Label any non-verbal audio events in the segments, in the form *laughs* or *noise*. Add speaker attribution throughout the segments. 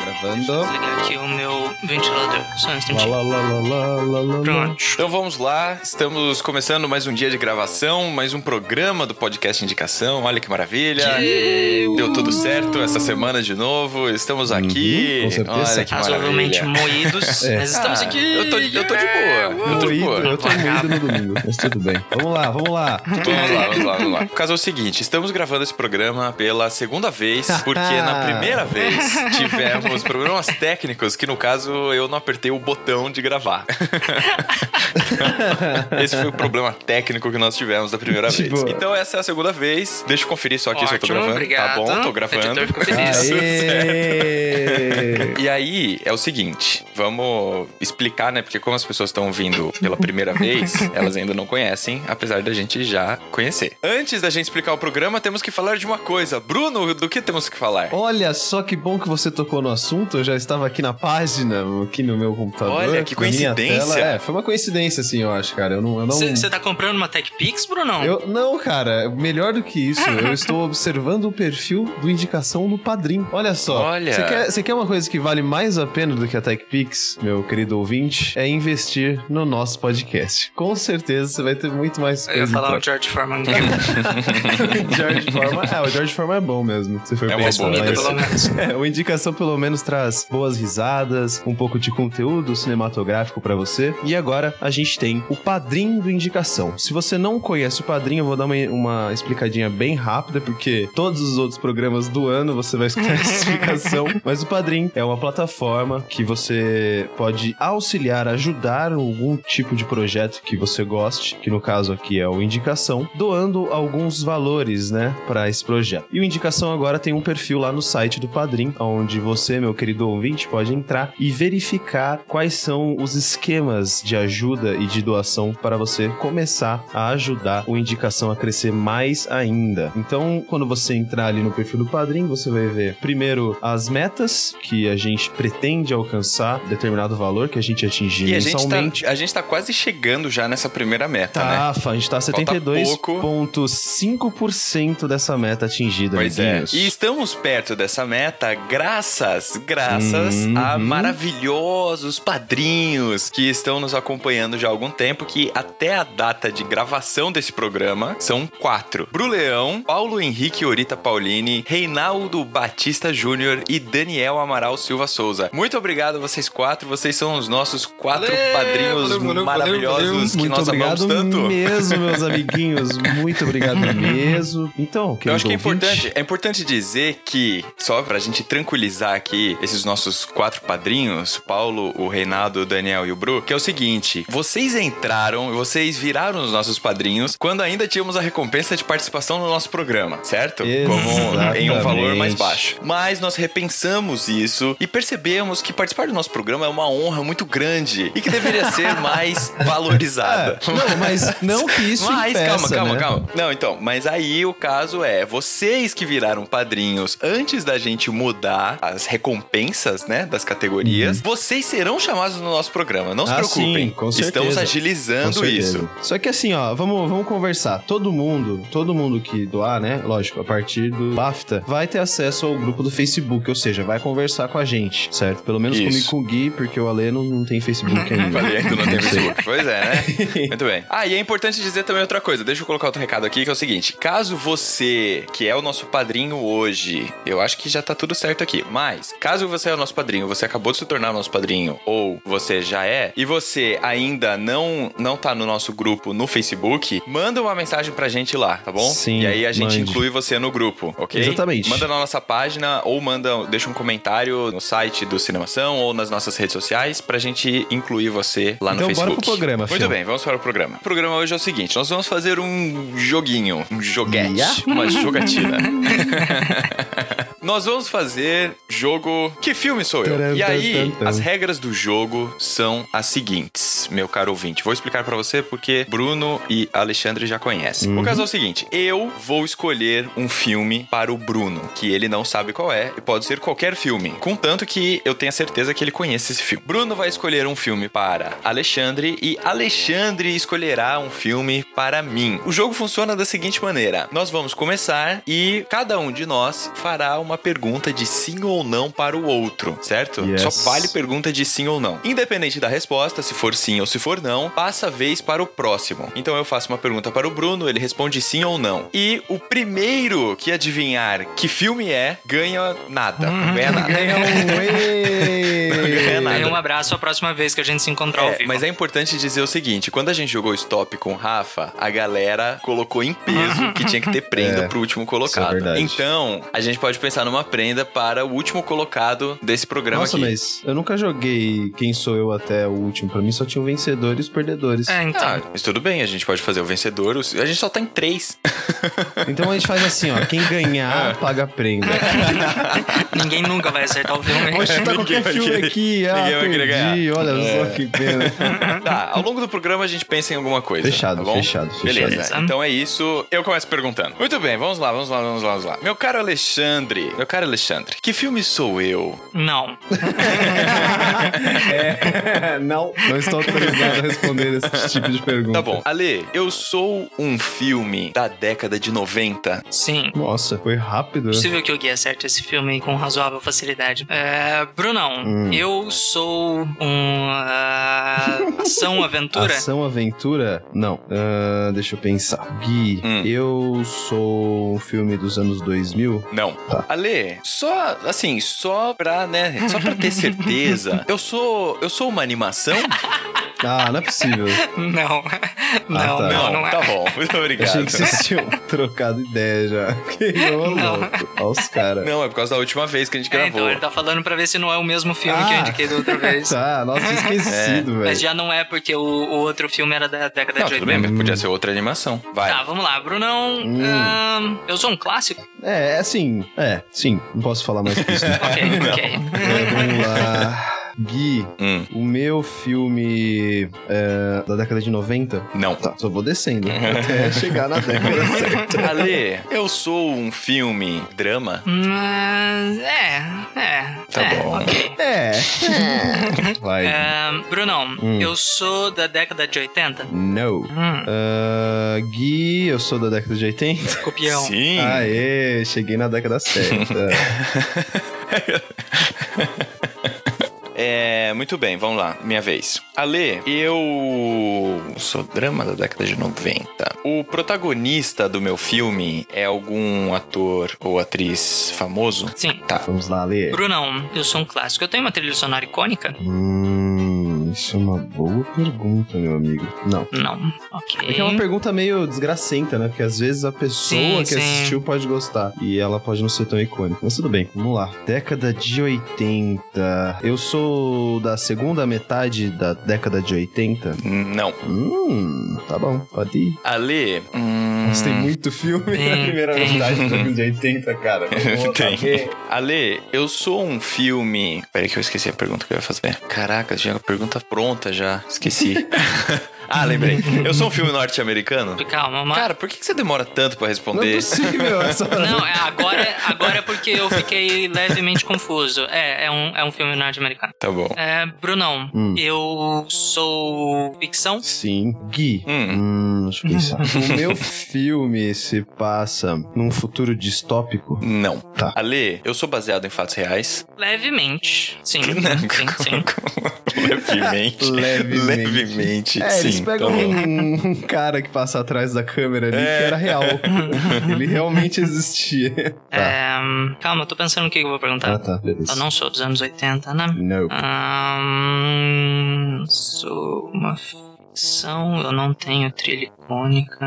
Speaker 1: Gravando.
Speaker 2: Ligar aqui o meu ventilador. Só um
Speaker 1: Lá,
Speaker 2: instantinho.
Speaker 1: lá, lá, lá, lá, lá, lá.
Speaker 2: Pronto.
Speaker 3: Então vamos lá, estamos começando mais um dia de gravação, mais um programa do podcast Indicação. Olha que maravilha. Deu tudo certo essa semana de novo. Estamos aqui.
Speaker 1: com certeza.
Speaker 3: Olha que
Speaker 2: Razoavelmente
Speaker 3: maravilha.
Speaker 2: moídos,
Speaker 1: É.
Speaker 2: mas estamos
Speaker 3: Ah,
Speaker 2: aqui.
Speaker 3: eu tô- eu tô de boa. Eu tô de
Speaker 1: Moído,
Speaker 3: boa.
Speaker 1: eu tô moído no domingo, mas tudo bem. Vamos lá, vamos lá.
Speaker 3: Então, Vamos lá, vamos lá, vamos lá. O caso é o seguinte: estamos gravando esse programa pela segunda vez, porque na primeira vez tivemos problemas técnicos que, no caso, eu não apertei o botão de gravar. *laughs* Esse foi o problema técnico que nós tivemos da primeira
Speaker 1: De
Speaker 3: vez.
Speaker 1: boa.
Speaker 3: Então, essa é a segunda vez. Deixa eu conferir só aqui se eu tô
Speaker 2: Ótimo,
Speaker 3: gravando. Tá
Speaker 2: obrigado.
Speaker 3: bom, tô
Speaker 2: O editor
Speaker 3: gravando.
Speaker 2: ficou feliz.
Speaker 3: Isso,
Speaker 1: Aê!
Speaker 3: e aí, é o seguinte, vamos explicar, né? Porque como as pessoas estão vindo pela primeira vez, elas ainda não conhecem, apesar da gente já conhecer. Antes da gente explicar o programa, temos que falar de uma coisa. Bruno, do que temos que falar?
Speaker 1: Olha só que bom que você tocou no assunto. Eu já estava aqui na página, aqui no meu computador.
Speaker 3: Olha, que
Speaker 1: na minha
Speaker 3: coincidência.
Speaker 1: tela. É, foi uma coincidência, assim, eu acho, cara. Eu não. Eu não...
Speaker 2: Você tá comprando uma Tech Pix, Brunão?
Speaker 1: Eu, não, cara, melhor do que isso, eu estou observando o perfil do indicação no Padrim. Olha só.
Speaker 3: Olha.
Speaker 1: Você quer, você quer uma coisa que vale mais a pena do que a TechPix, meu querido ouvinte? É investir no nosso podcast. Com certeza você vai ter muito mais
Speaker 2: Eu ia
Speaker 1: coisa.
Speaker 2: falar
Speaker 1: pra-
Speaker 2: o George Foreman
Speaker 1: *laughs*
Speaker 2: *laughs*
Speaker 1: George Forman. Ah, o George Forman é bom mesmo. Você foi
Speaker 3: É
Speaker 1: bem
Speaker 3: uma boa,
Speaker 1: mas-
Speaker 2: comida, pelo menos.
Speaker 1: é, o Indicação pelo menos traz boas risadas, um pouco de conteúdo cinematográfico pra você. E agora a gente tem o Padrim do Indicação. Se você não conhece o Padrim, eu vou dar uma, uma explicadinha bem rápida, porque todos os outros programas do ano você vai escutar essa explicação. Mas o Padrim é uma plataforma que você pode auxiliar, ajudar algum tipo de projeto que você goste, que no caso aqui é o Indicação, doando alguns valores, né, para esse projeto. E o Indicação agora tem um perfil lá no site do Padrim, onde você, meu querido ouvinte, pode entrar e verificar quais são os esquemas de ajuda e de doação para você começar a ajudar o Indicação a crescer mais ainda. Então, quando você entrar ali no perfil do Padrim, você vai ver primeiro as metas que a gente pretende alcançar, determinado valor que a gente atingir
Speaker 3: E a gente,
Speaker 1: mensalmente.
Speaker 3: tá, a gente tá quase chegando já nessa primeira meta, né?
Speaker 1: Tá, Fá, a gente tá
Speaker 3: Falta
Speaker 1: 72,5% dessa meta atingida,
Speaker 3: Pois é.
Speaker 1: amiguinhos.
Speaker 3: E estamos perto dessa meta graças, graças
Speaker 1: Uhum.
Speaker 3: a maravilhosos padrinhos que estão nos acompanhando já há algum tempo, que até a data de gravação desse programa são quatro. Bruleão, Paulo Henrique Orita Paulini, Reinaldo Batista Júnior e Daniel Amaral Silva Souza. Muito obrigado a vocês quatro, vocês são os nossos quatro
Speaker 2: Valeu,
Speaker 3: padrinhos
Speaker 2: valeu, valeu,
Speaker 3: maravilhosos
Speaker 2: valeu.
Speaker 3: que
Speaker 1: Muito
Speaker 3: nós amamos
Speaker 1: obrigado
Speaker 3: tanto. Uhum.
Speaker 1: mesmo, meus amiguinhos.
Speaker 3: *laughs*
Speaker 1: Muito obrigado mesmo. Então, querido
Speaker 3: Eu acho que é
Speaker 1: ouvinte,
Speaker 3: importante, é importante dizer que, só pra gente tranquilizar aqui esses nossos quatro padrinhos, Paulo, o Reinaldo, o Daniel e o Bru, que é o seguinte: vocês entraram, vocês viraram os nossos padrinhos quando ainda tínhamos a recompensa de participação no nosso programa, certo? Como em um valor mais
Speaker 1: Exatamente.
Speaker 3: baixo. Mas nós repensamos isso e percebemos que participar do nosso programa é uma honra muito grande e que deveria ser mais valorizada.
Speaker 1: É, não, mas não que isso
Speaker 3: *laughs* Mas,
Speaker 1: impeça,
Speaker 3: calma, calma,
Speaker 1: né?
Speaker 3: calma. Não, então, mas aí o caso é, vocês que viraram padrinhos antes da gente mudar as recompensas, né, das categorias, vocês serão chamados no nosso programa. Não se
Speaker 1: Uhum. Ah,
Speaker 3: preocupem.
Speaker 1: sim, com
Speaker 3: Estamos
Speaker 1: certeza. Com
Speaker 3: agilizando
Speaker 1: certeza.
Speaker 3: isso.
Speaker 1: Só que assim, ó, vamos, vamos conversar. Todo mundo, todo mundo que doar, né? Lógico, a partir do BAFTA, vai ter acesso ao grupo do Facebook, ou seja, vai conversar com a gente, certo? Pelo menos
Speaker 3: Isso.
Speaker 1: comigo e com o Gui, porque o Ale não, não tem Facebook ainda.
Speaker 3: *laughs* Falei, ainda não
Speaker 1: *laughs* sei.
Speaker 3: tem Facebook. Pois é,
Speaker 1: *laughs*
Speaker 3: né? Muito bem. Ah, e é importante dizer também outra coisa. Deixa eu colocar outro recado aqui, que é o seguinte. Caso você, que é o nosso padrinho hoje, eu acho que já tá tudo certo aqui, mas caso você é o nosso padrinho, você acabou de se tornar o nosso padrinho, ou você já é, e você ainda não, não tá no nosso grupo no Facebook, manda uma mensagem pra gente lá, tá bom?
Speaker 1: Sim,
Speaker 3: E aí a gente
Speaker 1: mande.
Speaker 3: inclui você no grupo, ok?
Speaker 1: Exatamente.
Speaker 3: Manda na nossa página ou manda, deixa um comentário no site do Cinemação ou nas nossas redes sociais pra gente incluir você lá no
Speaker 1: Então bora
Speaker 3: Facebook.
Speaker 1: pro programa,
Speaker 3: Muito
Speaker 1: Phil.
Speaker 3: bem, vamos para o programa. O programa hoje é o seguinte, nós
Speaker 1: *laughs*
Speaker 3: vamos fazer um joguinho, um joguete,
Speaker 1: Yeah.
Speaker 3: uma jogatina. *laughs* Nós vamos fazer jogo. Que filme sou eu?
Speaker 1: Taran,
Speaker 3: E
Speaker 1: tan,
Speaker 3: aí,
Speaker 1: tan, tan.
Speaker 3: as regras do jogo são as seguintes, meu caro ouvinte. Vou explicar pra você porque Bruno e Alexandre já conhecem. O caso é o seguinte: eu vou escolher um filme para o Bruno, que ele não sabe qual é, e pode ser qualquer filme, contanto que eu tenha certeza que ele conhece esse filme. Bruno vai escolher um filme para Alexandre e Alexandre escolherá um filme para mim. O jogo funciona da seguinte maneira: nós vamos começar e cada um de nós fará uma pergunta de sim ou não para o outro, certo?
Speaker 1: Yes.
Speaker 3: Só vale pergunta de sim ou não. Independente da resposta, se for sim ou se for não, passa a vez para o próximo. Então eu faço uma pergunta para o Bruno, ele responde sim ou não. E o primeiro que adivinhar que filme é, ganha nada. Não ganha nada.
Speaker 1: *laughs*
Speaker 3: É,
Speaker 1: Ganha um
Speaker 3: *laughs* ganha
Speaker 1: ei.
Speaker 3: É nada.
Speaker 2: Aí, É um abraço a próxima vez que a gente se encontrar ao
Speaker 3: É,
Speaker 2: vivo.
Speaker 3: mas é importante dizer o seguinte: quando a gente jogou Stop com o Rafa, a galera colocou em peso que tinha
Speaker 1: *laughs*
Speaker 3: que ter prenda
Speaker 1: É,
Speaker 3: pro último
Speaker 1: isso é
Speaker 3: colocado.
Speaker 1: verdade.
Speaker 3: então, a gente pode pensar numa prenda para o último colocado desse programa
Speaker 1: Nossa,
Speaker 3: aqui.
Speaker 1: mas eu nunca joguei Quem Sou Eu até o último. Pra mim só tinha o vencedor e os perdedores.
Speaker 2: É, então.
Speaker 3: Ah, mas tudo bem, a gente pode fazer o vencedor. o- A gente só tá em três.
Speaker 1: Então a gente faz assim, ó. Quem
Speaker 3: *laughs* É.
Speaker 1: ganhar, paga a prenda.
Speaker 2: Ninguém nunca vai acertar o filme.
Speaker 1: Vou chutar
Speaker 3: Ninguém
Speaker 1: qualquer
Speaker 3: vai
Speaker 1: filme
Speaker 3: querer-
Speaker 1: aqui. Ah,
Speaker 3: ninguém vai querer É.
Speaker 1: perdi. Olha só que
Speaker 3: *laughs*
Speaker 1: pena.
Speaker 3: tá, ao longo do programa a gente pensa em alguma coisa.
Speaker 1: Fechado,
Speaker 3: tá bom?
Speaker 1: fechado, fechado.
Speaker 3: Beleza,
Speaker 2: Beleza.
Speaker 3: então é isso. Eu começo perguntando. Muito bem, vamos lá, vamos lá, vamos lá, vamos lá. Meu caro Alexandre, meu caro Alexandre, que filme sou eu?
Speaker 2: Não.
Speaker 1: *laughs* É, não. Não estou autorizado a responder esse tipo de pergunta.
Speaker 3: Tá bom. Ale, eu sou um filme da década de 90.
Speaker 1: Uhum.
Speaker 2: Sim. É
Speaker 1: Nossa, foi rápido. né?
Speaker 2: Possível que o Gui acerte esse filme com razoável facilidade. É, Brunão,
Speaker 1: Hum.
Speaker 2: eu sou um. ah, ação, aventura?
Speaker 1: Ação, aventura? Não. Ahn, deixa eu pensar. Gui,
Speaker 3: Hum.
Speaker 1: eu sou um filme dos anos 2000?
Speaker 3: Não.
Speaker 1: Tá.
Speaker 3: Ale, só assim, só pra, né, só pra ter
Speaker 1: *laughs*
Speaker 3: certeza. Eu sou, eu sou uma animação?
Speaker 1: Ah, não é possível.
Speaker 2: Não. não,
Speaker 1: tá.
Speaker 2: não, não é.
Speaker 3: tá bom. Muito obrigado.
Speaker 1: Achei que vocês tinham trocado ideia já. *laughs* Que ô,
Speaker 2: Não.
Speaker 1: louco. Olha os caras.
Speaker 3: Não, é por causa da última vez que a gente
Speaker 2: É,
Speaker 3: gravou.
Speaker 2: então, ele tá falando pra ver se não é o mesmo filme que eu
Speaker 1: Ah.
Speaker 2: indiquei da outra vez.
Speaker 1: Tá, nossa, tinha esquecido, velho.
Speaker 2: Mas já não é porque o, o outro filme era da década
Speaker 3: Não,
Speaker 2: de
Speaker 3: tudo
Speaker 2: 80.
Speaker 3: bem, mas podia ser outra animação. Vai.
Speaker 2: é Tá, vamos lá, Brunão.
Speaker 1: Hum.
Speaker 2: ahn, eu sou um clássico?
Speaker 1: É, é assim, é, sim, não posso falar mais
Speaker 3: *laughs*
Speaker 1: que isso. né?
Speaker 2: Ok, ok.
Speaker 1: É, vamos lá. Gui,
Speaker 3: Hum,
Speaker 1: o meu filme é, da década de 90.
Speaker 3: não.
Speaker 1: Tá, só vou descendo
Speaker 3: É.
Speaker 1: até chegar na década
Speaker 3: *laughs*
Speaker 1: certa.
Speaker 3: Ale, eu sou um filme drama?
Speaker 2: Mas, é, é.
Speaker 3: Tá
Speaker 2: é,
Speaker 3: bom.
Speaker 2: Ok.
Speaker 1: É.
Speaker 3: É.
Speaker 1: Vai.
Speaker 2: Ahn, Brunão,
Speaker 1: Hum.
Speaker 2: eu sou da década de 80?
Speaker 1: No.
Speaker 2: Hum,
Speaker 1: Ah, Gui, eu sou da década de 80.
Speaker 2: copião.
Speaker 3: Sim.
Speaker 1: Aê, cheguei na década certa.
Speaker 3: *laughs* É, muito bem, vamos lá, minha vez. Ale, eu sou drama da década de 90. O protagonista do meu filme é algum ator ou atriz famoso?
Speaker 2: Sim.
Speaker 1: Vamos lá, Lê.
Speaker 2: Brunão, eu sou um clássico. Eu tenho uma trilha sonora icônica?
Speaker 1: Hum, isso é uma boa pergunta, meu amigo. Não.
Speaker 2: Não.
Speaker 1: É
Speaker 2: Ok.
Speaker 1: que é uma pergunta meio desgracenta, né? Porque às vezes a pessoa
Speaker 2: Hum? Sim,
Speaker 1: que
Speaker 2: sim.
Speaker 1: assistiu pode gostar. E ela pode não ser tão icônica. Mas tudo bem, vamos lá. Década de 80. Eu sou da segunda metade da década de 80.
Speaker 3: Não.
Speaker 1: Hum, tá bom, pode ir.
Speaker 3: Ale. hum,
Speaker 1: Mas tem muito filme
Speaker 2: Tem,
Speaker 1: na primeira
Speaker 2: tem.
Speaker 1: metade da década de 80, cara.
Speaker 2: *laughs*
Speaker 1: Vou
Speaker 3: Tem.
Speaker 1: saber.
Speaker 3: Ale, eu sou um filme. Peraí, que eu esqueci a pergunta que eu ia fazer. Caraca, tinha a pergunta pronta já.
Speaker 1: *laughs*
Speaker 3: Esqueci. ah, lembrei. Eu sou um filme norte-americano?
Speaker 2: Calma, mas...
Speaker 3: Cara, por que que você demora tanto pra
Speaker 1: Não é
Speaker 3: responder?
Speaker 1: possível essa
Speaker 2: *laughs* Não, é, agora, agora é porque eu fiquei levemente confuso. É, é um, é um filme norte-americano.
Speaker 3: Tá bom.
Speaker 2: É, Brunão,
Speaker 1: Hum.
Speaker 2: eu sou ficção?
Speaker 1: Sim. Gui.
Speaker 3: Hum,
Speaker 1: Hum, deixa eu pensar. o meu filme se passa num futuro distópico.
Speaker 3: não.
Speaker 1: Tá.
Speaker 3: Ale, eu sou baseado em fatos reais?
Speaker 2: Levemente.
Speaker 1: *laughs*
Speaker 2: Sim, sim, sim.
Speaker 3: *laughs* Levemente.
Speaker 1: Levemente.
Speaker 3: Levemente.
Speaker 1: É,
Speaker 3: sim.
Speaker 1: eles pegam
Speaker 3: tá bom.
Speaker 1: *laughs* um, É. um cara que passa atrás da câmera ali, que era real. Ele realmente existia. Tá.
Speaker 2: É, calma, eu tô pensando o que que eu vou
Speaker 1: Ah,
Speaker 2: perguntar.
Speaker 1: tá, beleza.
Speaker 2: Eu não sou dos anos 80, né?
Speaker 1: Não.
Speaker 2: Ahn, sou uma ação, eu não tenho trilha icônica.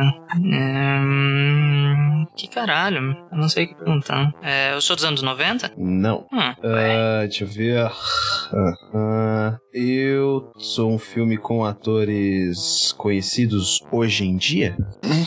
Speaker 2: Hum, que caralho, eu não sei o que perguntar. É, eu sou dos anos 90?
Speaker 1: Não.
Speaker 2: Hum,
Speaker 1: Ah, deixa eu ver. Ah, ah, eu sou um filme com atores conhecidos hoje em dia?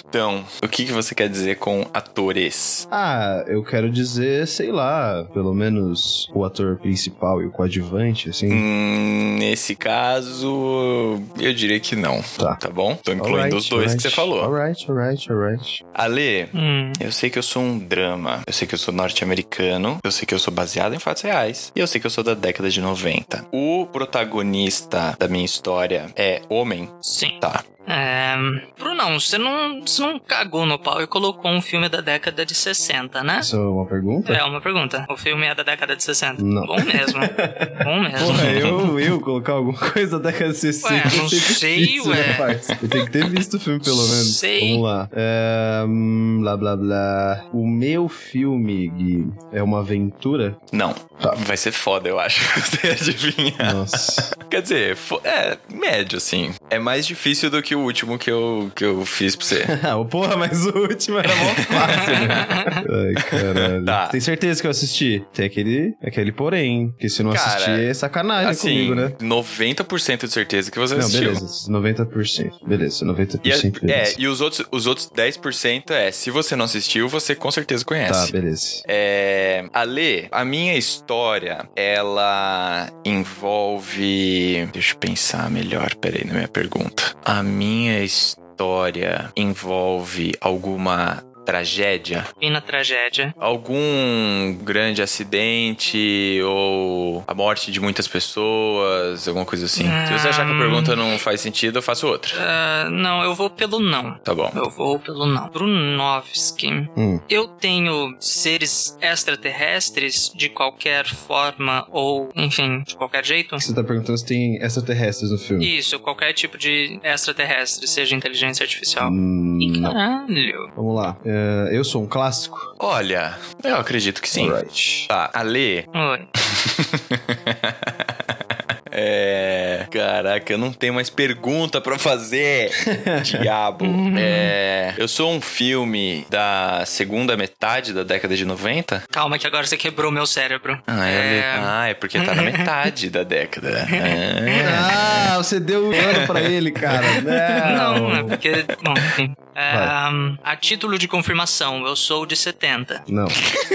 Speaker 3: Então, o que, que você quer dizer com atores?
Speaker 1: Ah, eu quero dizer, sei lá, pelo menos o ator principal e o coadjuvante, assim.
Speaker 3: Hum, nesse caso, eu diria que não.
Speaker 1: Tá.
Speaker 3: Tá bom? Tô incluindo os dois que você falou.
Speaker 1: Alright, alright, alright.
Speaker 3: Ale,
Speaker 2: hum.
Speaker 3: eu sei que eu sou um drama. Eu sei que eu sou norte-americano. Eu sei que eu sou baseado em fatos reais. E eu sei que eu sou da década de 90. O protagonista da minha história é homem?
Speaker 2: Sim.
Speaker 3: Tá.
Speaker 2: É, Brunão, você não, você não cagou no pau e colocou um filme da década de 60, né?
Speaker 1: Isso é uma pergunta?
Speaker 2: É uma pergunta. O filme é da década de 60?
Speaker 1: Não.
Speaker 2: Bom mesmo. Bom mesmo.
Speaker 1: Porra, é eu, eu colocar alguma coisa da década de 60.
Speaker 2: Ué,
Speaker 1: é
Speaker 2: não
Speaker 1: sempre
Speaker 2: sei,
Speaker 1: difícil, né,
Speaker 2: ué.
Speaker 1: parça? Eu tenho que ter visto o filme, pelo menos.
Speaker 2: Sei.
Speaker 1: Vamos lá. É, hum, blá, blá, blá. O meu filme, Gui, é uma
Speaker 3: *laughs*
Speaker 1: aventura?
Speaker 3: Não.
Speaker 1: Tá.
Speaker 3: Vai ser foda, eu acho, *laughs* você adivinhar.
Speaker 1: Nossa.
Speaker 3: Quer dizer, fo- é médio, assim. É mais difícil do que o último que eu, que eu fiz
Speaker 1: *laughs*
Speaker 3: pra você.
Speaker 1: Ah, o porra, mas o último
Speaker 2: *laughs*
Speaker 1: era mó fácil. né? Ai, caralho.
Speaker 3: Tá.
Speaker 1: Tem certeza que eu assisti? Tem aquele, aquele porém, que se não
Speaker 3: Cara,
Speaker 1: assistir é sacanagem
Speaker 3: assim,
Speaker 1: comigo, né?
Speaker 3: 90% de certeza que você
Speaker 1: Não,
Speaker 3: assistiu.
Speaker 1: beleza, 90%. Beleza, 90%.
Speaker 3: E, a-
Speaker 1: beleza.
Speaker 3: é, e os, outros, os outros 10% é, se você não assistiu, você com certeza
Speaker 1: Tá,
Speaker 3: conhece.
Speaker 1: beleza.
Speaker 3: É, Ale, a minha história, ela envolve. Deixa eu pensar melhor, peraí, na minha pergunta. A minha história envolve alguma tragédia?
Speaker 2: E na tragédia.
Speaker 3: Algum grande acidente ou a morte de muitas pessoas, alguma coisa assim. Se você achar que a
Speaker 2: Hum.
Speaker 3: pergunta não faz sentido, eu faço outra.
Speaker 2: Ah, não, eu vou pelo não.
Speaker 3: Tá bom.
Speaker 2: Eu vou pelo não. Brunovski.
Speaker 1: Hum.
Speaker 2: Eu tenho seres extraterrestres de qualquer forma ou, enfim, de qualquer jeito?
Speaker 1: Você tá perguntando se tem extraterrestres no filme?
Speaker 2: Isso, qualquer tipo de extraterrestre, seja inteligência artificial.
Speaker 1: Hum,
Speaker 2: Ih,
Speaker 1: não.
Speaker 2: caralho.
Speaker 1: Vamos lá. É, eu sou um clássico?
Speaker 3: Olha, eu acredito que sim.
Speaker 1: Alright.
Speaker 3: Tá, Ale.
Speaker 2: Oi.
Speaker 3: É. Caraca, eu não tenho mais pergunta
Speaker 1: *laughs*
Speaker 3: pra fazer. Diabo.
Speaker 1: Uhum.
Speaker 3: É. Eu sou um filme da segunda metade da década de 90?
Speaker 2: Calma que agora você quebrou meu cérebro.
Speaker 3: Ah, é,
Speaker 2: É.
Speaker 3: ah, é porque tá na metade da
Speaker 1: *laughs*
Speaker 3: década. Ah.
Speaker 1: Ah, você deu o ano pra ele, cara. Não.
Speaker 2: Não, é porque. Bom,
Speaker 1: *laughs*
Speaker 2: enfim. É, a título de confirmação, eu sou de 70.
Speaker 1: Não.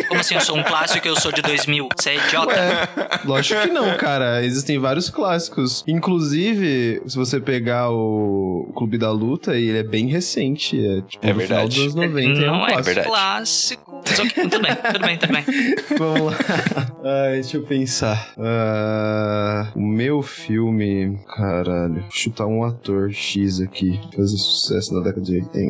Speaker 2: Como assim eu sou um clássico e eu sou de 2000? Você é idiota?
Speaker 1: É, lógico que não, cara. Existem vários clássicos. Inclusive, se você pegar o Clube da Luta, ele é bem recente. É tipo
Speaker 3: É
Speaker 1: do final
Speaker 3: verdade.
Speaker 1: dos anos 90. é um
Speaker 2: não é,
Speaker 1: clássico.
Speaker 3: verdade.
Speaker 2: clássico. Mas ok, tudo bem, tudo bem, tudo bem.
Speaker 1: Vamos lá. *laughs* Ai, deixa eu pensar. Ah, o meu filme. Caralho. Vou chutar um ator X aqui. Fazer sucesso na década de 80.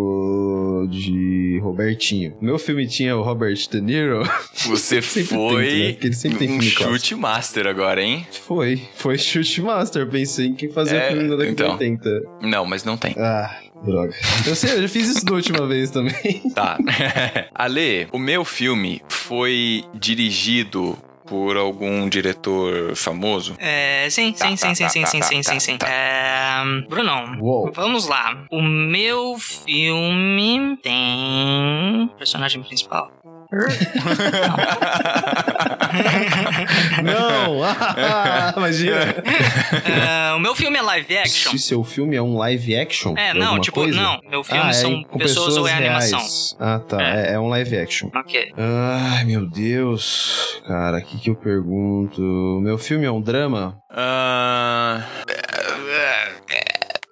Speaker 1: Vou de Robertinho. Meu filme tinha o Robert De Niro. *laughs*
Speaker 3: Você
Speaker 1: Sempre tem, né?
Speaker 3: foi
Speaker 1: Porque ele sempre tem
Speaker 3: um
Speaker 1: filme clássico.
Speaker 3: chute master agora, hein?
Speaker 1: Foi. Foi Chute Master. Pensei em quem fazia
Speaker 3: É,
Speaker 1: filme na década
Speaker 3: então.
Speaker 1: de 80.
Speaker 3: Não, mas não tem.
Speaker 1: Ah, droga. Eu sei, eu já fiz isso da última vez também. *laughs*
Speaker 3: Tá. *laughs* Ale, o meu filme foi dirigido por algum diretor famoso?
Speaker 2: É, sim,
Speaker 3: Tá,
Speaker 2: sim, sim,
Speaker 3: tá,
Speaker 2: sim,
Speaker 3: tá,
Speaker 2: sim,
Speaker 3: tá,
Speaker 2: sim,
Speaker 3: tá,
Speaker 2: sim,
Speaker 3: tá,
Speaker 2: sim, sim.
Speaker 3: tá.
Speaker 2: É, Brunão,
Speaker 1: Uou.
Speaker 2: vamos lá. O meu filme tem. Personagem principal?
Speaker 1: Não! *laughs* Ah, imagina!
Speaker 3: É.
Speaker 2: É, o meu filme é live action.
Speaker 1: Se seu filme é um live action?
Speaker 2: É,
Speaker 1: de
Speaker 2: não,
Speaker 1: alguma
Speaker 2: tipo,
Speaker 1: coisa?
Speaker 2: não. Meu filme
Speaker 1: Ah, é
Speaker 2: são
Speaker 1: com
Speaker 2: pessoas, ou é
Speaker 1: reais.
Speaker 2: animação.
Speaker 1: Ah, tá. É. é um live action.
Speaker 2: Ok.
Speaker 1: Ai, meu Deus. Cara, o que, que eu pergunto? Meu filme é um drama? *laughs*
Speaker 3: Ah,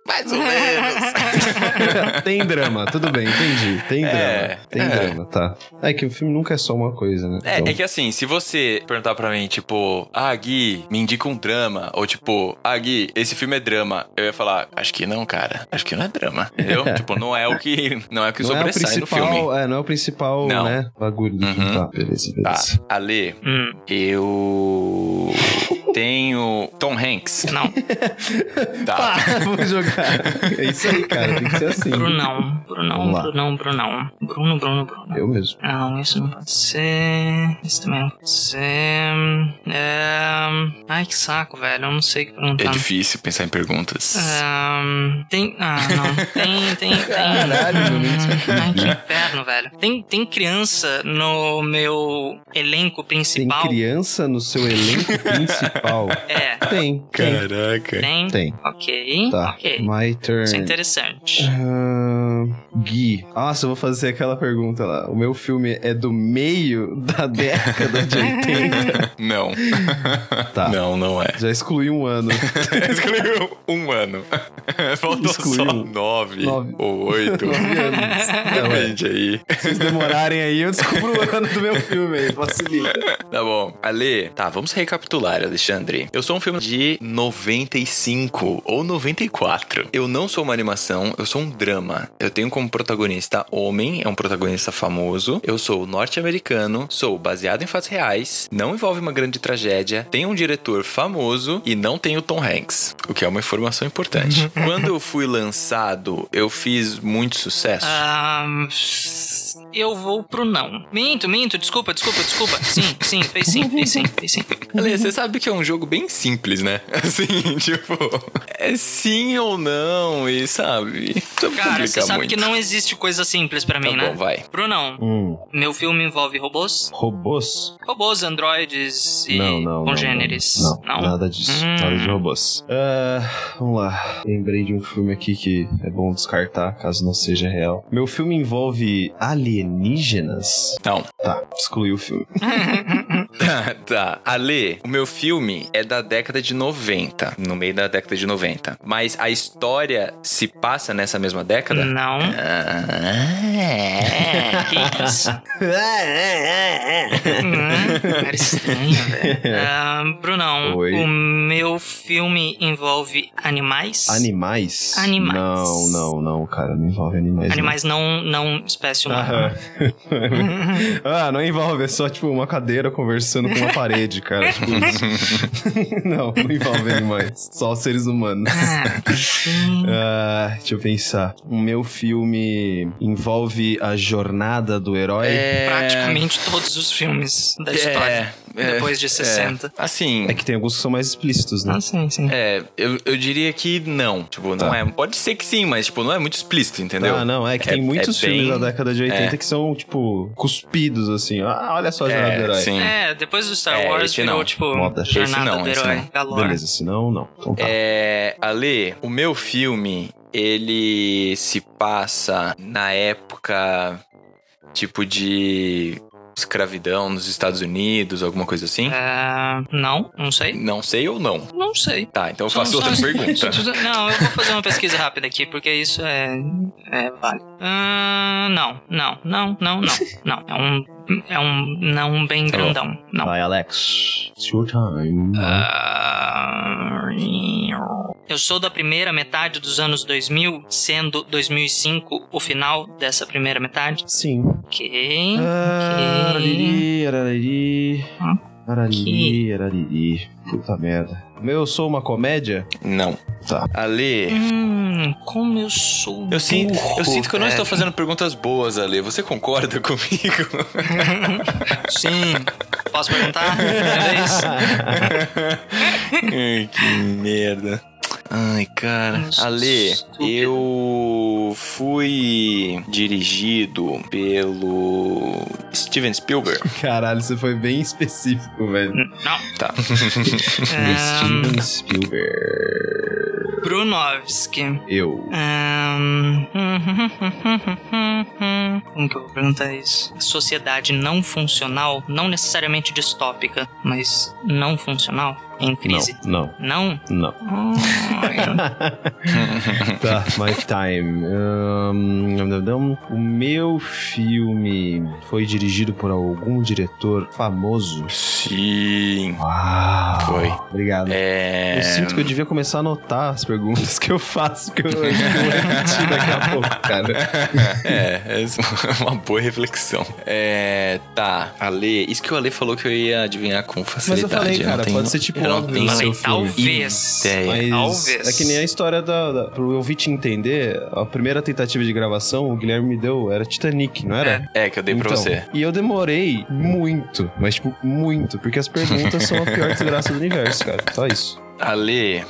Speaker 3: Mais ou menos.
Speaker 1: tem drama, tudo bem, entendi. Tem
Speaker 3: É,
Speaker 1: drama. Tem
Speaker 3: é.
Speaker 1: drama, tá. É que o filme nunca é só uma coisa, né?
Speaker 3: *laughs* É,
Speaker 1: Então-
Speaker 3: é que assim, se você perguntar pra mim, tipo, ah, Gui, me indica um drama, ou tipo, ah, Gui, esse filme é drama, eu ia falar, acho que não, cara, acho que não é drama, entendeu? tipo, não é o que, não é o que
Speaker 1: não é o
Speaker 3: sobressai no filme.
Speaker 1: principal, é, não é o principal,
Speaker 3: Não.
Speaker 1: né, bagulho do filme.
Speaker 3: Uhum.
Speaker 1: Tá, beleza,
Speaker 3: Tá,
Speaker 1: beleza.
Speaker 3: Ale,
Speaker 2: Hum.
Speaker 3: eu... Tenho Tom Hanks.
Speaker 1: *laughs*
Speaker 2: Não.
Speaker 3: Tá.
Speaker 1: Pá, vamos jogar. É isso aí, cara. Tem que ser assim.
Speaker 2: Brunão. Brunão,
Speaker 1: Vamos lá.
Speaker 2: Brunão, Brunão. Bruno, Bruno, Bruno.
Speaker 1: Eu mesmo.
Speaker 2: Não, isso não pode ser. Isso também não pode ser. É... Ai, que saco, velho. Eu não sei o que
Speaker 3: É
Speaker 2: perguntar.
Speaker 3: difícil pensar em perguntas.
Speaker 2: Ah, Ahn, tem. Ah, não. Tem, tem, tem.
Speaker 1: Caralho,
Speaker 2: Hum,
Speaker 1: gente.
Speaker 2: Ai, que inferno, velho. Tem, tem criança no meu elenco
Speaker 1: Tem
Speaker 2: principal?
Speaker 1: criança no seu elenco
Speaker 3: *laughs*
Speaker 1: principal?
Speaker 2: É.
Speaker 1: Tem. Tem.
Speaker 3: Caraca.
Speaker 2: Tem?
Speaker 1: Tem.
Speaker 2: Ok.
Speaker 1: Tá.
Speaker 2: Ok.
Speaker 1: My turn.
Speaker 2: Isso é interessante.
Speaker 1: Ahn, Gui. Nossa, eu vou fazer aquela pergunta lá. O meu filme é do meio da *laughs* década
Speaker 2: *laughs*
Speaker 1: de 80.
Speaker 3: Não.
Speaker 1: Tá.
Speaker 3: Não, não é.
Speaker 1: Já excluí um
Speaker 2: *laughs*
Speaker 1: ano.
Speaker 3: *laughs* Excluiu um ano. *laughs* Faltou só
Speaker 1: Excluiu.
Speaker 3: nove,
Speaker 1: Nove.
Speaker 3: ou oito.
Speaker 2: um
Speaker 1: Nove anos. *laughs* Não, é.
Speaker 3: Depende aí.
Speaker 1: Se vocês demorarem aí, eu descubro o ano do meu filme aí. Facilita.
Speaker 3: Tá bom. Ale, tá, vamos recapitular, Alexandre. Eu sou um filme de 95 ou 94. Eu não sou uma animação, eu sou um drama. Eu tenho como protagonista homem, é um protagonista famoso. Eu sou norte-americano, sou baseado em fatos reais, não envolve uma grande tragédia, tem um diretor famoso e não tem o Tom Hanks, o que é uma informação importante. Quando eu fui lançado, eu fiz muito sucesso.
Speaker 2: Ah, Ahn, eu vou pro não. Minto, minto, desculpa, desculpa, desculpa. Sim, sim, fez sim, fez sim, fez
Speaker 1: *laughs*
Speaker 2: sim.
Speaker 3: Ale, você sabe que é um jogo bem simples, né? *laughs* Assim, tipo, é sim ou não, e sabe? Não
Speaker 2: Cara, você
Speaker 3: complica
Speaker 2: sabe
Speaker 3: muito.
Speaker 2: que não existe coisa simples pra
Speaker 3: Tá
Speaker 2: mim,
Speaker 3: bom,
Speaker 2: né?
Speaker 3: vai.
Speaker 2: Brunão,
Speaker 1: Hum,
Speaker 2: meu filme envolve robôs?
Speaker 1: robôs?
Speaker 2: Robôs, androides e
Speaker 1: não, não. não,
Speaker 2: congêneres.
Speaker 1: Não, não, nada disso.
Speaker 2: Hum.
Speaker 1: Nada de robôs. Ah, vamos lá. Lembrei de um filme aqui que é bom descartar, caso não seja real. Meu filme envolve alienígenas?
Speaker 3: Não. *laughs*
Speaker 1: Tá, excluí o filme.
Speaker 3: Tá, tá. Ale, o meu filme é da década de 90. No meio da década de 90. Mas a história se passa nessa mesma década?
Speaker 2: Não.
Speaker 1: é.
Speaker 3: Ah,
Speaker 2: Que
Speaker 1: *laughs*
Speaker 2: isso? Hum, Cara estranho, velho. Ahn, Brunão,
Speaker 1: É. Oi.
Speaker 2: o meu filme envolve animais?
Speaker 1: Animais?
Speaker 2: Animais.
Speaker 1: Não, não, não, cara. Não envolve animais. não.
Speaker 2: Animais não, não espécie humana.
Speaker 1: Aham.
Speaker 2: *laughs*
Speaker 1: *laughs* ah, não envolve, é só tipo uma cadeira conversando com uma parede, cara. Tipo, isso. *laughs* não, não envolve animais. Só os seres humanos.
Speaker 2: Ah, que sim.
Speaker 1: Ah, deixa eu pensar. O meu filme envolve a jornada do herói.
Speaker 3: é...
Speaker 2: Praticamente todos os filmes da história.
Speaker 3: É, é,
Speaker 2: depois de 60.
Speaker 3: É. Assim,
Speaker 1: É que tem alguns que são mais explícitos, né?
Speaker 2: Ah, sim, sim.
Speaker 3: É, eu, eu diria que não. Tipo, não
Speaker 1: Tá.
Speaker 3: é. Pode ser que sim, mas, tipo, não é muito explícito, entendeu?
Speaker 1: Ah, não, é que
Speaker 3: É-
Speaker 1: tem muitos
Speaker 3: é bem-
Speaker 1: filmes da década de 80 que são, tipo, cuspidos, assim. Ah, olha só a jornada do
Speaker 3: É,
Speaker 1: herói.
Speaker 3: sim.
Speaker 2: É, depois do Star
Speaker 3: É,
Speaker 2: Wars
Speaker 3: esse
Speaker 2: virou,
Speaker 3: não.
Speaker 2: tipo,
Speaker 1: Moda. Esse
Speaker 2: Jornada
Speaker 3: não,
Speaker 2: do
Speaker 3: esse
Speaker 2: Herói,
Speaker 3: não.
Speaker 2: galore.
Speaker 1: Beleza, se não, não. Então tá.
Speaker 3: É, Ale, o meu filme, ele se passa na época, tipo, de escravidão nos Estados Unidos, alguma coisa assim?
Speaker 2: Ah, não, não sei.
Speaker 3: Não sei ou não?
Speaker 2: Não sei.
Speaker 3: Tá, então eu
Speaker 2: Só- um
Speaker 3: faço
Speaker 2: só-
Speaker 3: outra
Speaker 2: *laughs* só-
Speaker 3: pergunta.
Speaker 2: Não, eu vou fazer uma pesquisa rápida aqui, porque isso é. é válido. Ah, não, não, não, não, não, não. É um. É um não bem
Speaker 3: Tá bom.
Speaker 2: grandão. Não.
Speaker 1: Vai, Alex. It's your time.
Speaker 2: Ah, Eu sou da primeira metade dos anos 2000, sendo 2005 o final dessa primeira metade.
Speaker 1: Sim.
Speaker 2: Ok.
Speaker 1: Arariri, arariri.
Speaker 2: Hum?
Speaker 1: Arariri, arariri. Puta merda. Meu, eu sou uma comédia?
Speaker 3: Não.
Speaker 1: Tá.
Speaker 3: Ale,
Speaker 2: Hum, como eu sou.
Speaker 3: eu sinto, eu
Speaker 2: burro,
Speaker 3: sinto que eu não
Speaker 2: velho. *laughs*
Speaker 3: estou fazendo perguntas boas, Ale. Você concorda comigo?
Speaker 2: Sim. Posso perguntar? Talvez.
Speaker 3: *laughs* Ai, que merda. Ai, cara.
Speaker 2: Nossa,
Speaker 3: Ale,
Speaker 2: estúpido.
Speaker 3: eu fui dirigido pelo Steven Spielberg.
Speaker 1: *laughs* Caralho, você foi bem específico, velho.
Speaker 2: Hum, Não.
Speaker 3: Tá.
Speaker 2: *laughs* Ahn,
Speaker 1: Steven Spielberg.
Speaker 2: Brunovski.
Speaker 1: Eu.
Speaker 2: Ahn, *laughs* Como que eu vou perguntar isso? Sociedade não funcional, não necessariamente distópica, mas não funcional, em crise.
Speaker 1: Não,
Speaker 2: Não?
Speaker 1: não, não.
Speaker 2: Ai,
Speaker 1: Tá, my time. Ahn, dum, dum, dum. o meu filme foi dirigido por algum diretor famoso?
Speaker 3: Sim.
Speaker 1: Uau.
Speaker 3: Foi.
Speaker 1: Obrigado.
Speaker 3: É.
Speaker 1: Eu sinto que eu devia começar a anotar as perguntas que eu faço, que eu eu vou repetir daqui a pouco, cara.
Speaker 3: *laughs* É, é *laughs* uma boa reflexão. É, tá. Ale, isso que o Ale falou que eu ia adivinhar com
Speaker 1: Mas
Speaker 3: facilidade.
Speaker 1: eu falei,
Speaker 3: não
Speaker 1: cara,
Speaker 3: tenho-
Speaker 1: pode ser tipo
Speaker 3: eu não
Speaker 1: óbvio
Speaker 3: tenho
Speaker 1: no
Speaker 2: Falei,
Speaker 1: seu
Speaker 2: talvez.
Speaker 3: ideia.
Speaker 1: Mas
Speaker 2: Talvez.
Speaker 1: é que nem a história da, da. Pro eu ouvir te entender, a primeira tentativa de gravação o Guilherme me deu era Titanic, não era?
Speaker 2: É.
Speaker 3: É, que eu dei pra
Speaker 1: Então,
Speaker 3: você.
Speaker 1: E eu demorei muito, mas tipo, muito, porque as perguntas são a pior desgraça do universo, cara. Só isso.
Speaker 3: Ale,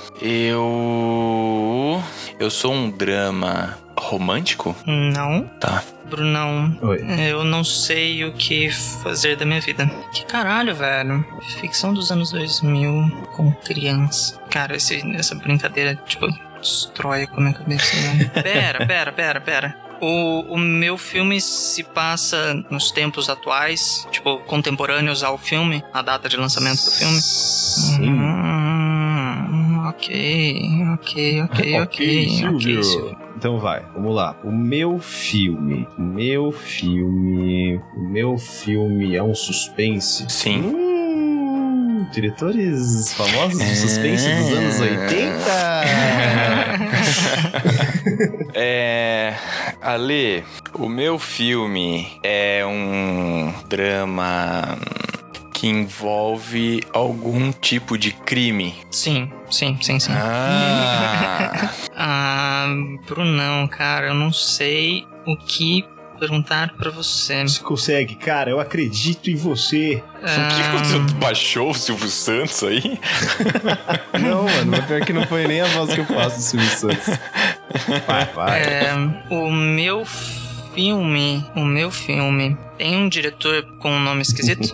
Speaker 3: eu. Eu sou um drama romântico?
Speaker 2: Não.
Speaker 3: Tá.
Speaker 2: Brunão,
Speaker 1: Oi.
Speaker 2: eu não sei o que fazer da minha vida. Que caralho, velho. Ficção dos anos 2000 com criança. Cara, esse- essa brincadeira, tipo, destrói com a minha cabeça. Né? pera, pera, pera, pera. O, o meu filme se passa nos tempos atuais, tipo, contemporâneos ao filme, a data de lançamento do filme. Uhum.
Speaker 1: Sim.
Speaker 2: Hum, ok, ok, ok, ok, ok, Silvio.
Speaker 1: Então vai, vamos lá. O meu filme. O meu filme. O meu filme é um suspense.
Speaker 3: Sim.
Speaker 1: Hum, diretores famosos de suspense dos anos
Speaker 2: É. *laughs*
Speaker 1: 80.
Speaker 3: É. Ale, o meu filme é um drama que envolve algum tipo de crime.
Speaker 2: Sim, sim, sim,
Speaker 1: Hum.
Speaker 2: sim.
Speaker 1: *laughs*
Speaker 3: Ah.
Speaker 2: Ah, Brunão, cara, eu não sei o que perguntar pra você.
Speaker 4: Você consegue, cara, eu acredito em você.
Speaker 3: O que aconteceu? Tu Baixou o Silvio Santos aí?
Speaker 1: não, mano, mas pior que não foi nem a voz que eu faço do Silvio Santos. Vai, vai.
Speaker 2: É, o meu filme, o meu filme tem um diretor com um nome
Speaker 1: *laughs*
Speaker 2: esquisito?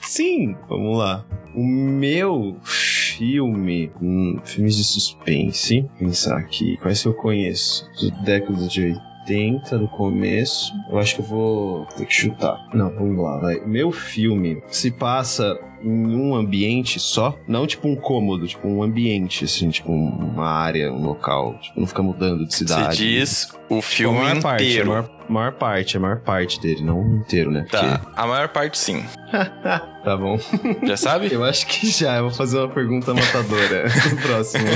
Speaker 1: Sim, vamos lá. O meu filme, hum, filmes de suspense, pensar aqui, quais que eu conheço? Do década de 80, do começo. Eu acho que eu vou ter que chutar. Não, vamos lá, vai. O meu filme se passa em um ambiente só, não tipo um cômodo, tipo um ambiente, assim, tipo uma área, um local, tipo, não fica mudando de cidade.
Speaker 3: Você diz o
Speaker 1: Tipo,
Speaker 3: filme
Speaker 1: a maior parte, a
Speaker 3: inteiro.
Speaker 1: maior, maior parte, a maior parte dele, não inteiro, né?
Speaker 3: Tá, a maior parte sim.
Speaker 1: Porque- tá
Speaker 3: *laughs*
Speaker 1: bom.
Speaker 3: Já sabe?
Speaker 1: Eu acho que já. Eu vou fazer uma pergunta matadora no próximo.
Speaker 3: *laughs*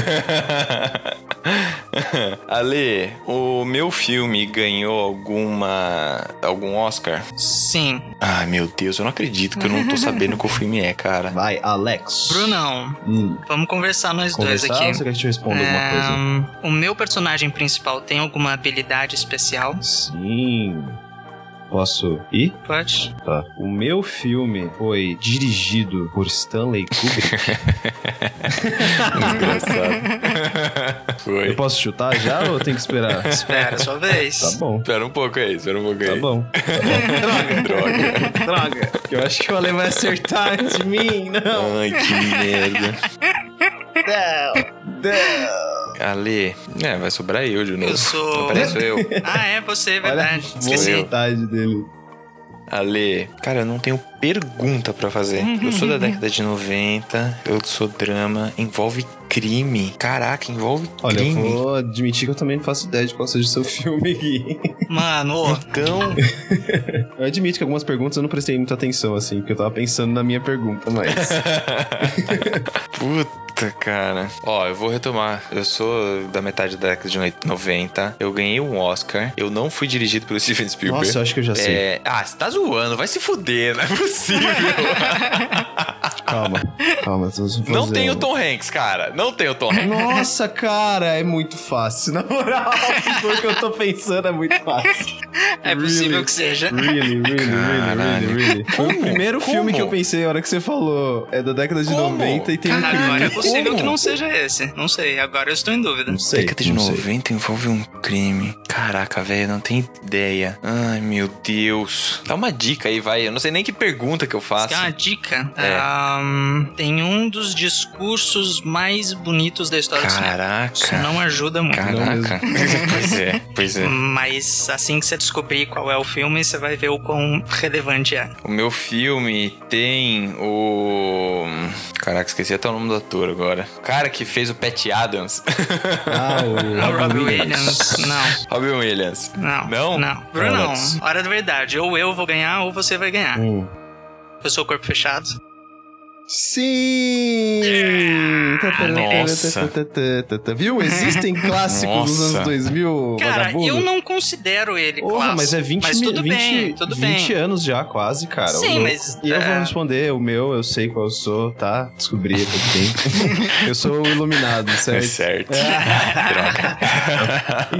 Speaker 3: Ale, o meu filme ganhou alguma. algum Oscar?
Speaker 2: Sim.
Speaker 3: Ai meu Deus, eu não acredito que eu não tô sabendo qual filme é, cara.
Speaker 1: Vai, Alex.
Speaker 2: Brunão,
Speaker 1: Hum,
Speaker 2: vamos conversar nós
Speaker 1: conversar
Speaker 2: dois
Speaker 1: ou
Speaker 2: aqui.
Speaker 1: você quer que eu te responda alguma coisa?
Speaker 2: Ah, o meu personagem principal tem alguma habilidade especial?
Speaker 1: Sim. Posso ir?
Speaker 2: Pode?
Speaker 1: Tá. O meu filme foi dirigido por Stanley Kubrick.
Speaker 3: Desgraçado.
Speaker 1: eu
Speaker 3: *laughs* Foi.
Speaker 1: posso chutar já ou eu tenho que esperar?
Speaker 3: *laughs*
Speaker 1: tá
Speaker 2: Espera, sua vez.
Speaker 1: bom.
Speaker 3: Espera um pouco aí, espera um pouco
Speaker 1: Tá
Speaker 3: aí.
Speaker 1: bom.
Speaker 3: *laughs* Droga.
Speaker 1: *laughs* Droga. Eu acho que o Ale vai acertar de mim. Não.
Speaker 3: Ai, que merda. Ale, é, vai sobrar eu de novo.
Speaker 2: Eu sou-
Speaker 3: Apareço eu.
Speaker 2: Ah, é você, é
Speaker 1: Olha a
Speaker 2: verdade. Esqueci.
Speaker 1: vontade dele.
Speaker 3: Ale, cara, eu não tenho pergunta pra fazer. Eu sou
Speaker 1: Uhum.
Speaker 3: da década de 90, eu sou drama, envolve crime. Caraca, envolve
Speaker 1: Olha, eu
Speaker 3: crime.
Speaker 1: vou admitir que eu também não faço ideia de qual seja o seu *laughs* filme aqui.
Speaker 2: Mano, ô,
Speaker 3: Então,
Speaker 1: Eu admito que algumas perguntas eu não prestei muita atenção, assim, porque eu tava pensando na minha pergunta,
Speaker 3: *laughs*
Speaker 1: mas.
Speaker 3: puta, cara. Ó, eu vou retomar. Eu sou da metade da década de 90. Eu ganhei um Oscar. Eu não fui dirigido pelo *laughs* Steven Spielberg.
Speaker 1: Nossa, eu acho que eu já sei.
Speaker 3: É... Ah, você tá zoando, vai se fuder, não é
Speaker 1: *laughs*
Speaker 3: possível.
Speaker 1: Calma. Calma, tô fazendo...
Speaker 3: não tem o Tom Hanks, cara. Não tem o Tom Hanks.
Speaker 1: Nossa, cara, é muito fácil. Na moral, *laughs* o que eu tô pensando é muito fácil.
Speaker 2: é possível que seja.
Speaker 1: Really, really, really,
Speaker 3: Caralho.
Speaker 1: really, really. Foi o primeiro
Speaker 3: Como?
Speaker 1: filme que eu pensei, a hora que você falou. É da década de
Speaker 3: Como?
Speaker 1: 90 e tem um
Speaker 2: Cara,
Speaker 1: crime.
Speaker 2: agora é possível
Speaker 3: Como?
Speaker 2: que não seja esse. Não sei, agora eu estou em dúvida.
Speaker 1: Não sei.
Speaker 3: década de
Speaker 1: não sei.
Speaker 3: 90 envolve um crime. Caraca, velho, não tem ideia. Ai, meu Deus. Dá uma dica aí, vai. Eu não sei nem que pergunta que eu
Speaker 2: Isso
Speaker 3: faço.
Speaker 2: aqui é uma dica.
Speaker 3: É.
Speaker 2: Ahn, tem um dos discursos mais bonitos da história do cinema. né? Isso
Speaker 3: Caraca.
Speaker 2: não ajuda muito.
Speaker 3: Caraca. *laughs* pois é, pois é.
Speaker 2: Mas assim que você descobrir qual é o filme, você vai ver o quão relevante é.
Speaker 3: O meu filme tem o. Caraca, esqueci até o nome do ator agora. O cara que fez o Pat Adams. *laughs*
Speaker 1: Ah,
Speaker 2: Não,
Speaker 1: o
Speaker 2: Robin Williams. Não,
Speaker 3: Robin Williams.
Speaker 2: não.
Speaker 3: Não?
Speaker 2: Não. Bruno,
Speaker 1: Alex. Um.
Speaker 2: hora da verdade. Ou eu vou ganhar, ou você vai ganhar.
Speaker 1: Hum.
Speaker 2: Eu sou corpo fechado.
Speaker 1: Sim!
Speaker 3: É. Nossa.
Speaker 1: Viu?
Speaker 3: *laughs*
Speaker 1: Existem clássicos dos
Speaker 3: Nossa.
Speaker 1: anos 2000,
Speaker 2: Cara,
Speaker 1: vagabundo.
Speaker 2: eu não considero ele
Speaker 1: Porra,
Speaker 2: clássico.
Speaker 1: mas é 20, mi-
Speaker 2: tudo
Speaker 1: 20,
Speaker 2: bem, tudo
Speaker 1: 20
Speaker 2: bem.
Speaker 1: anos já, quase, cara.
Speaker 2: Sim,
Speaker 1: Eu-
Speaker 2: mas,
Speaker 1: E eu vou
Speaker 2: é.
Speaker 1: responder o meu, eu sei qual eu sou, tá? Descobri há
Speaker 2: *laughs*
Speaker 1: pouco tempo. eu sou o iluminado,
Speaker 3: É
Speaker 1: certo?
Speaker 3: certo.
Speaker 2: É.
Speaker 3: *laughs* Droga.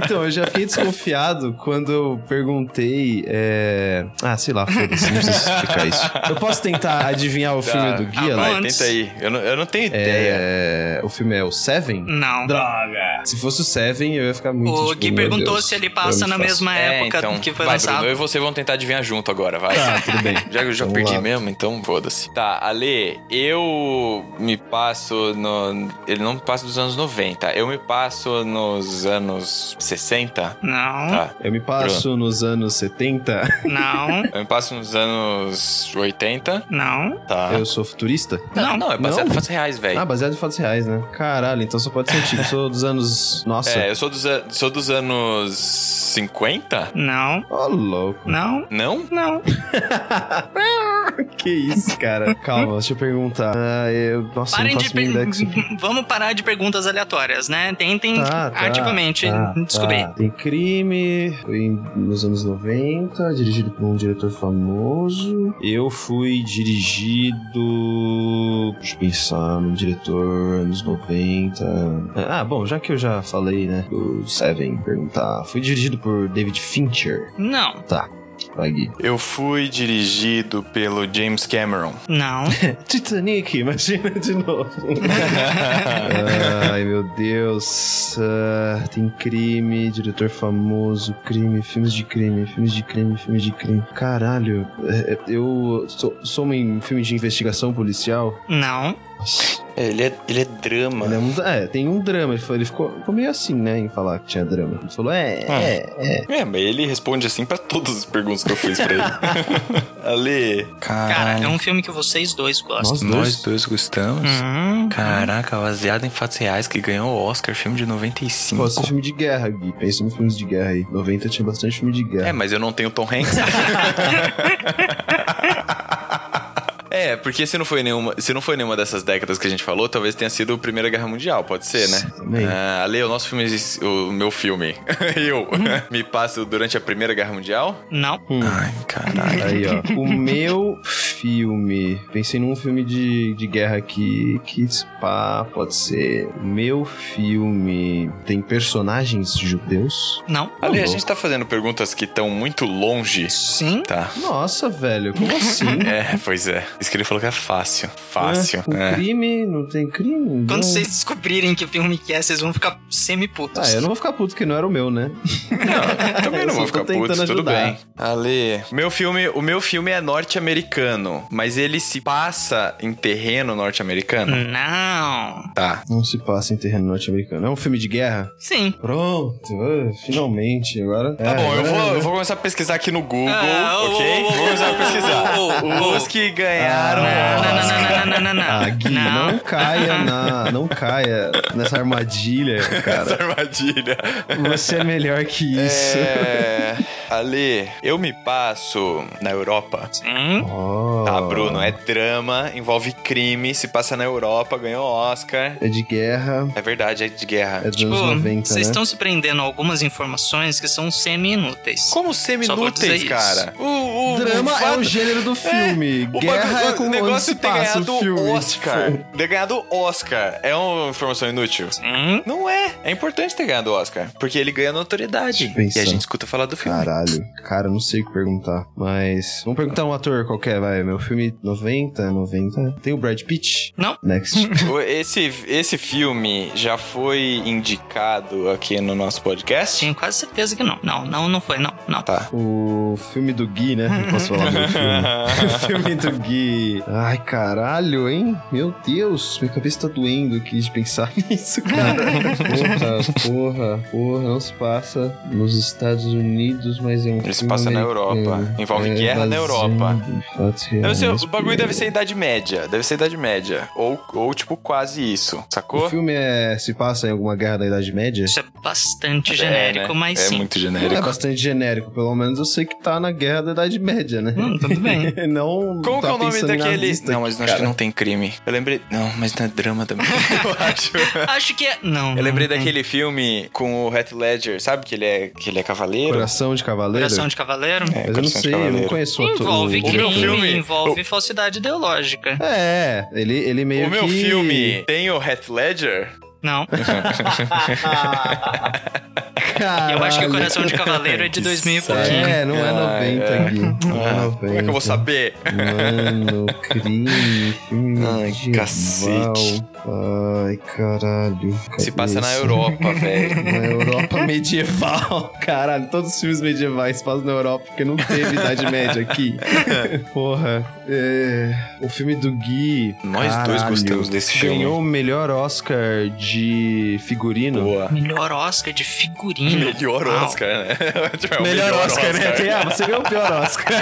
Speaker 1: Então, eu já fiquei desconfiado quando eu perguntei. é, Ah, sei lá, foda-se, não preciso explicar isso. Eu posso tentar adivinhar o
Speaker 3: Tá.
Speaker 1: filme do
Speaker 2: Ah,
Speaker 1: Guia? né?
Speaker 3: Vai,
Speaker 2: Antes.
Speaker 3: tenta aí. Eu não, eu não tenho ideia.
Speaker 1: É, O filme é o Seven?
Speaker 2: Não.
Speaker 4: Droga!
Speaker 1: Se fosse o Seven, eu ia ficar muito.
Speaker 2: O
Speaker 1: tipo,
Speaker 2: Gui
Speaker 1: meu
Speaker 2: perguntou
Speaker 1: Deus,
Speaker 2: se ele
Speaker 1: é
Speaker 2: passa na
Speaker 1: muito fácil.
Speaker 2: mesma
Speaker 3: É,
Speaker 2: época
Speaker 3: então.
Speaker 2: que foi
Speaker 3: vai,
Speaker 2: lançado.
Speaker 3: Bruno, eu e você vão tentar adivinhar junto agora, vai.
Speaker 1: Tá,
Speaker 2: *laughs*
Speaker 1: tudo bem.
Speaker 3: Já, eu já
Speaker 1: Vamos
Speaker 3: perdi
Speaker 1: lá.
Speaker 3: mesmo, então foda-se. Tá, Ale, eu me passo no. Ele não me passa dos anos 90, eu me passo nos anos 60.
Speaker 2: Não,
Speaker 3: Tá.
Speaker 1: Eu me passo nos anos 70,
Speaker 2: não,
Speaker 3: Eu me passo nos anos 80.
Speaker 2: não,
Speaker 3: Tá.
Speaker 1: eu sou futurista.
Speaker 3: Não,
Speaker 2: não.
Speaker 3: não, é baseado
Speaker 1: Não?
Speaker 3: em fatos reais, velho.
Speaker 1: Ah, baseado em fatos reais, né? Caralho, então só pode ser antigo. Eu sou dos anos. Nossa.
Speaker 3: É, eu sou dos, an- sou dos anos 50?
Speaker 2: Não,
Speaker 1: Ô, louco.
Speaker 2: não,
Speaker 3: Não?
Speaker 2: não.
Speaker 1: Que isso, cara? Calma, deixa eu perguntar. Ah, eu... Nossa, eu
Speaker 2: Parem
Speaker 1: não
Speaker 2: de.
Speaker 1: faço minha ideia que isso-
Speaker 2: per- Vamos parar de perguntas aleatórias, né? Tentem
Speaker 1: Tá, tá,
Speaker 2: ativamente
Speaker 1: tá,
Speaker 2: descobrir.
Speaker 1: tá. Tem crime, foi em- nos anos 90, dirigido por um diretor famoso. Eu fui dirigido. Deixa eu pensar num diretor anos 90. Ah, bom, já que eu já falei, né, do Seven, perguntar. Fui dirigido por David Fincher.
Speaker 2: Não,
Speaker 1: Vai, Gui.
Speaker 3: Eu fui dirigido pelo James Cameron.
Speaker 2: não,
Speaker 1: Titanic, *laughs* imagina de novo. Ai, meu Deus. Ah, tem crime, diretor famoso, crime, filmes de crime, filmes de crime, filmes de crime. Caralho, é, é, eu sou, sou em filme de investigação policial.
Speaker 2: não.
Speaker 3: ele, *laughs* é, ele é drama.
Speaker 1: Ele é, um- é, tem um drama. Ele, falou- ele ficou, ficou meio assim, né, em falar que tinha drama. Ele falou, é,
Speaker 3: Ah.
Speaker 1: é, é.
Speaker 3: É, mas ele responde assim pra todas as perguntas que eu fiz *laughs* pra ele. Ale.
Speaker 2: Cara, é um filme que vocês dois gostam.
Speaker 1: Nós dois.
Speaker 3: gostamos?
Speaker 2: Hum,
Speaker 3: Caraca, baseado em fatos reais que ganhou o Oscar, filme de
Speaker 1: Pô,
Speaker 3: 95.
Speaker 1: esse filme de guerra, Gui. Pensa nos filmes de guerra aí. 90 tinha bastante filme de guerra.
Speaker 3: É, mas eu não tenho Tom *laughs* Hanks. É, porque se não, foi nenhuma, se não foi nenhuma dessas décadas que a gente falou, talvez tenha sido a Primeira Guerra Mundial, pode ser, né?
Speaker 1: Também.
Speaker 3: Ah, Ale, o nosso filme, o meu filme, *laughs* eu, me passo durante a Primeira Guerra Mundial?
Speaker 2: Não,
Speaker 1: Hum.
Speaker 3: Ai, caralho.
Speaker 1: Aí, ó. O meu filme. Pensei num filme de, de guerra aqui que pá, pode ser. O meu filme tem personagens judeus?
Speaker 2: não.
Speaker 3: Ale, a
Speaker 1: Não.
Speaker 3: gente tá fazendo perguntas que estão muito longe.
Speaker 2: Sim,
Speaker 3: *laughs* Tá.
Speaker 1: Nossa, velho, como *laughs* assim?
Speaker 3: É, pois é. Isso que ele falou que é fácil. Fácil.
Speaker 1: É, o
Speaker 3: É.
Speaker 1: crime? Não tem crime?
Speaker 2: quando
Speaker 1: Não.
Speaker 2: vocês descobrirem que filme que é, vocês vão ficar semi-putos.
Speaker 1: Ah, eu não vou ficar puto que não era o meu, né?
Speaker 3: Não, também
Speaker 1: Eu
Speaker 3: não
Speaker 1: só tô
Speaker 3: vou ficar puto,
Speaker 1: tentando
Speaker 3: tudo
Speaker 1: ajudar.
Speaker 3: bem. Ale, meu filme, o meu filme é norte-americano, mas ele se passa em terreno
Speaker 1: Hum.
Speaker 3: norte-americano?
Speaker 2: Não.
Speaker 3: Tá.
Speaker 1: Não se passa em terreno norte-americano. É um filme de guerra?
Speaker 2: Sim.
Speaker 1: Pronto, ah, finalmente. Agora. é,
Speaker 3: Tá bom, eu vou, eu vou começar a pesquisar aqui no Google,
Speaker 2: Ah, ô,
Speaker 3: ok?
Speaker 2: ô, ô,
Speaker 3: vou começar a
Speaker 2: ô,
Speaker 3: pesquisar.
Speaker 2: ô, ô, ô.
Speaker 3: Os que ganharam.
Speaker 2: Não,
Speaker 3: o
Speaker 2: não,
Speaker 3: Oscar.
Speaker 2: não, não, não, não, não, não.
Speaker 1: *laughs* Ah, Gui, não, caia na, não caia nessa armadilha, cara.
Speaker 3: Essa armadilha.
Speaker 1: Você é melhor que isso.
Speaker 3: É, Ale, eu me passo na Europa.
Speaker 2: Sim.
Speaker 1: Oh.
Speaker 3: Tá, Bruno, é drama, envolve crime, se passa na Europa, ganhou Oscar.
Speaker 1: É de guerra,
Speaker 3: É verdade, é de guerra.
Speaker 1: é dos
Speaker 2: Tipo,
Speaker 1: anos 90, né?
Speaker 2: vocês estão se prendendo a algumas informações que são semi-inúteis.
Speaker 3: Como
Speaker 2: Só vou dizer
Speaker 3: semi-inúteis,
Speaker 2: isso.
Speaker 3: cara? O, o-
Speaker 1: Drama
Speaker 3: o
Speaker 1: é
Speaker 3: fato-
Speaker 1: o gênero do filme.
Speaker 3: o
Speaker 1: guerra
Speaker 3: bagulho-
Speaker 1: é com
Speaker 3: o negócio
Speaker 1: onde se
Speaker 3: ter
Speaker 1: passa
Speaker 3: ganhado
Speaker 1: o filme. tipo.
Speaker 3: Oscar. Ter ganhado Oscar é uma informação inútil?
Speaker 2: Sim.
Speaker 3: Não é. É importante ter ganhado Oscar, porque ele ganha notoriedade.
Speaker 1: Pensa.
Speaker 3: E a gente escuta falar do filme.
Speaker 1: Caralho, cara, não sei o que perguntar, mas... Vamos perguntar um ator qualquer, vai. Meu filme 90, 90... Tem o Brad Pitt?
Speaker 2: Não.
Speaker 1: *laughs* Next.
Speaker 3: O- Esse, esse filme já foi indicado aqui no nosso podcast? *laughs*
Speaker 2: Tenho quase certeza que não. Não, não, não foi, não, não.
Speaker 3: Tá.
Speaker 1: o filme do Gui, né? Não posso falar meu
Speaker 3: *laughs*
Speaker 1: filme. *laughs* o filme do Gui. Ai, caralho, hein? Meu Deus, minha cabeça tá doendo aqui de pensar *laughs* nisso, cara. Porra, porra, porra, não se passa nos Estados Unidos,
Speaker 5: mas é um
Speaker 3: Ele se
Speaker 5: filme
Speaker 3: passa na
Speaker 5: americano.
Speaker 3: Europa. Envolve
Speaker 1: É,
Speaker 3: guerra na
Speaker 5: baseado
Speaker 3: Europa.
Speaker 5: em fatos
Speaker 3: Eu sei,
Speaker 5: reais.
Speaker 3: o bagulho deve ser Idade Média. Deve ser Idade Média. Ou, ou tipo, quase isso.
Speaker 1: O
Speaker 3: Sacou?
Speaker 1: filme é, se passa em alguma guerra da Idade Média?
Speaker 2: Isso é bastante
Speaker 3: É,
Speaker 2: genérico,
Speaker 3: né?
Speaker 2: mas
Speaker 3: É
Speaker 2: sim.
Speaker 3: muito
Speaker 1: É
Speaker 3: genérico.
Speaker 1: bastante genérico, pelo menos eu sei que tá na guerra da Idade Média, né?
Speaker 2: Hum, tudo
Speaker 3: *laughs*
Speaker 2: bem.
Speaker 1: *laughs* Não.
Speaker 3: Como
Speaker 1: tá
Speaker 3: que é o nome
Speaker 1: pensando em
Speaker 3: daquele.
Speaker 1: nazista,
Speaker 3: não, é mas não, acho que
Speaker 1: cara.
Speaker 3: não tem crime. Eu lembrei. Não, mas não é drama também. *laughs* eu acho.
Speaker 2: Acho que é. Não.
Speaker 3: Eu lembrei
Speaker 2: não
Speaker 1: Uhum.
Speaker 2: tem.
Speaker 3: daquele filme com o Heath Ledger, sabe? Que ele é, que ele é cavaleiro.
Speaker 1: Coração de Cavaleiro?
Speaker 2: Coração de Cavaleiro.
Speaker 1: Mas eu
Speaker 3: É,
Speaker 1: não
Speaker 3: Coração de
Speaker 1: sei, eu não
Speaker 3: Cavaleiro.
Speaker 1: conheço o ator-
Speaker 2: Envolve
Speaker 1: o
Speaker 3: meu
Speaker 2: crime,
Speaker 3: filme-
Speaker 2: envolve falsidade ideológica.
Speaker 1: É, ele, ele meio
Speaker 3: O meu
Speaker 1: que- *laughs*
Speaker 3: filme tem o Heath Ledger?
Speaker 2: Não.
Speaker 1: Caralho.
Speaker 2: Eu acho que o Coração de Cavaleiro é de 2000 e pouquinho.
Speaker 1: É, não é 90
Speaker 3: Ah, é.
Speaker 1: aqui. Não é 90.
Speaker 3: Como é que eu vou saber?
Speaker 1: Mano, crime, filme
Speaker 3: Ai,
Speaker 1: medieval.
Speaker 3: cacete.
Speaker 1: Ai, caralho. cadê
Speaker 3: Se passa na
Speaker 1: isso?
Speaker 3: Europa, velho.
Speaker 1: *laughs* Na
Speaker 3: *laughs*
Speaker 1: Europa medieval. Caralho, todos os filmes medievais se passam na Europa, porque não teve Idade Média
Speaker 3: *laughs*
Speaker 1: aqui. Porra. É, o filme do Gui.
Speaker 3: Nós dois
Speaker 1: caralho,
Speaker 3: gostamos desse filme.
Speaker 1: Ganhou o melhor Oscar de figurino.
Speaker 3: Boa.
Speaker 2: Melhor Oscar de figurino.
Speaker 3: Melhor
Speaker 2: Uau.
Speaker 3: Oscar, né? *laughs* Tipo, é o
Speaker 1: Melhor, Oscar, né? Tem- Ah, você ganhou o pior Oscar.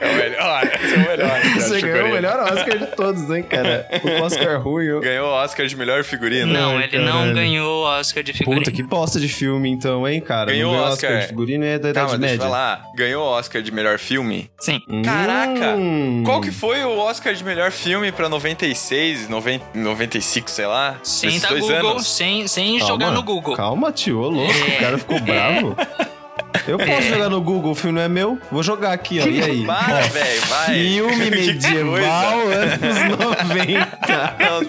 Speaker 3: É o melhor. Ah, esse é o
Speaker 1: *laughs*
Speaker 3: melhor. cara,
Speaker 1: você ganhou o
Speaker 3: figurino.
Speaker 1: melhor Oscar de todos, hein, cara? O Oscar ruim. eu-
Speaker 3: Ganhou o Oscar de melhor figurino.
Speaker 2: Não,
Speaker 1: Ai,
Speaker 2: ele não
Speaker 1: caralho.
Speaker 2: ganhou o Oscar de figurino.
Speaker 1: Puta, que bosta de filme, então, hein, cara?
Speaker 3: Ganhou
Speaker 1: não
Speaker 3: o
Speaker 1: ganhou
Speaker 3: Oscar.
Speaker 1: de figurino é da Idade
Speaker 3: Calma, deixa
Speaker 1: Média.
Speaker 3: eu falar. Ganhou o Oscar de melhor filme?
Speaker 2: Sim.
Speaker 1: Hum.
Speaker 3: Caraca! Qual que foi o Oscar de melhor filme pra 96, 90, 95, sei lá?
Speaker 2: Sem
Speaker 3: nesses
Speaker 2: dar
Speaker 3: dois
Speaker 2: tá Google,
Speaker 3: anos?
Speaker 2: sem, sem
Speaker 1: Calma,
Speaker 2: jogar no Google.
Speaker 1: Calma, tio, ô louco, o cara ficou
Speaker 3: É.
Speaker 1: bravo. Eu posso jogar no Google, o filme não é meu? Vou jogar aqui, ó. E aí?
Speaker 3: Para,
Speaker 1: Ó,
Speaker 3: velho, vai.
Speaker 1: Filme
Speaker 3: *laughs* Que
Speaker 1: medieval anos
Speaker 3: *laughs*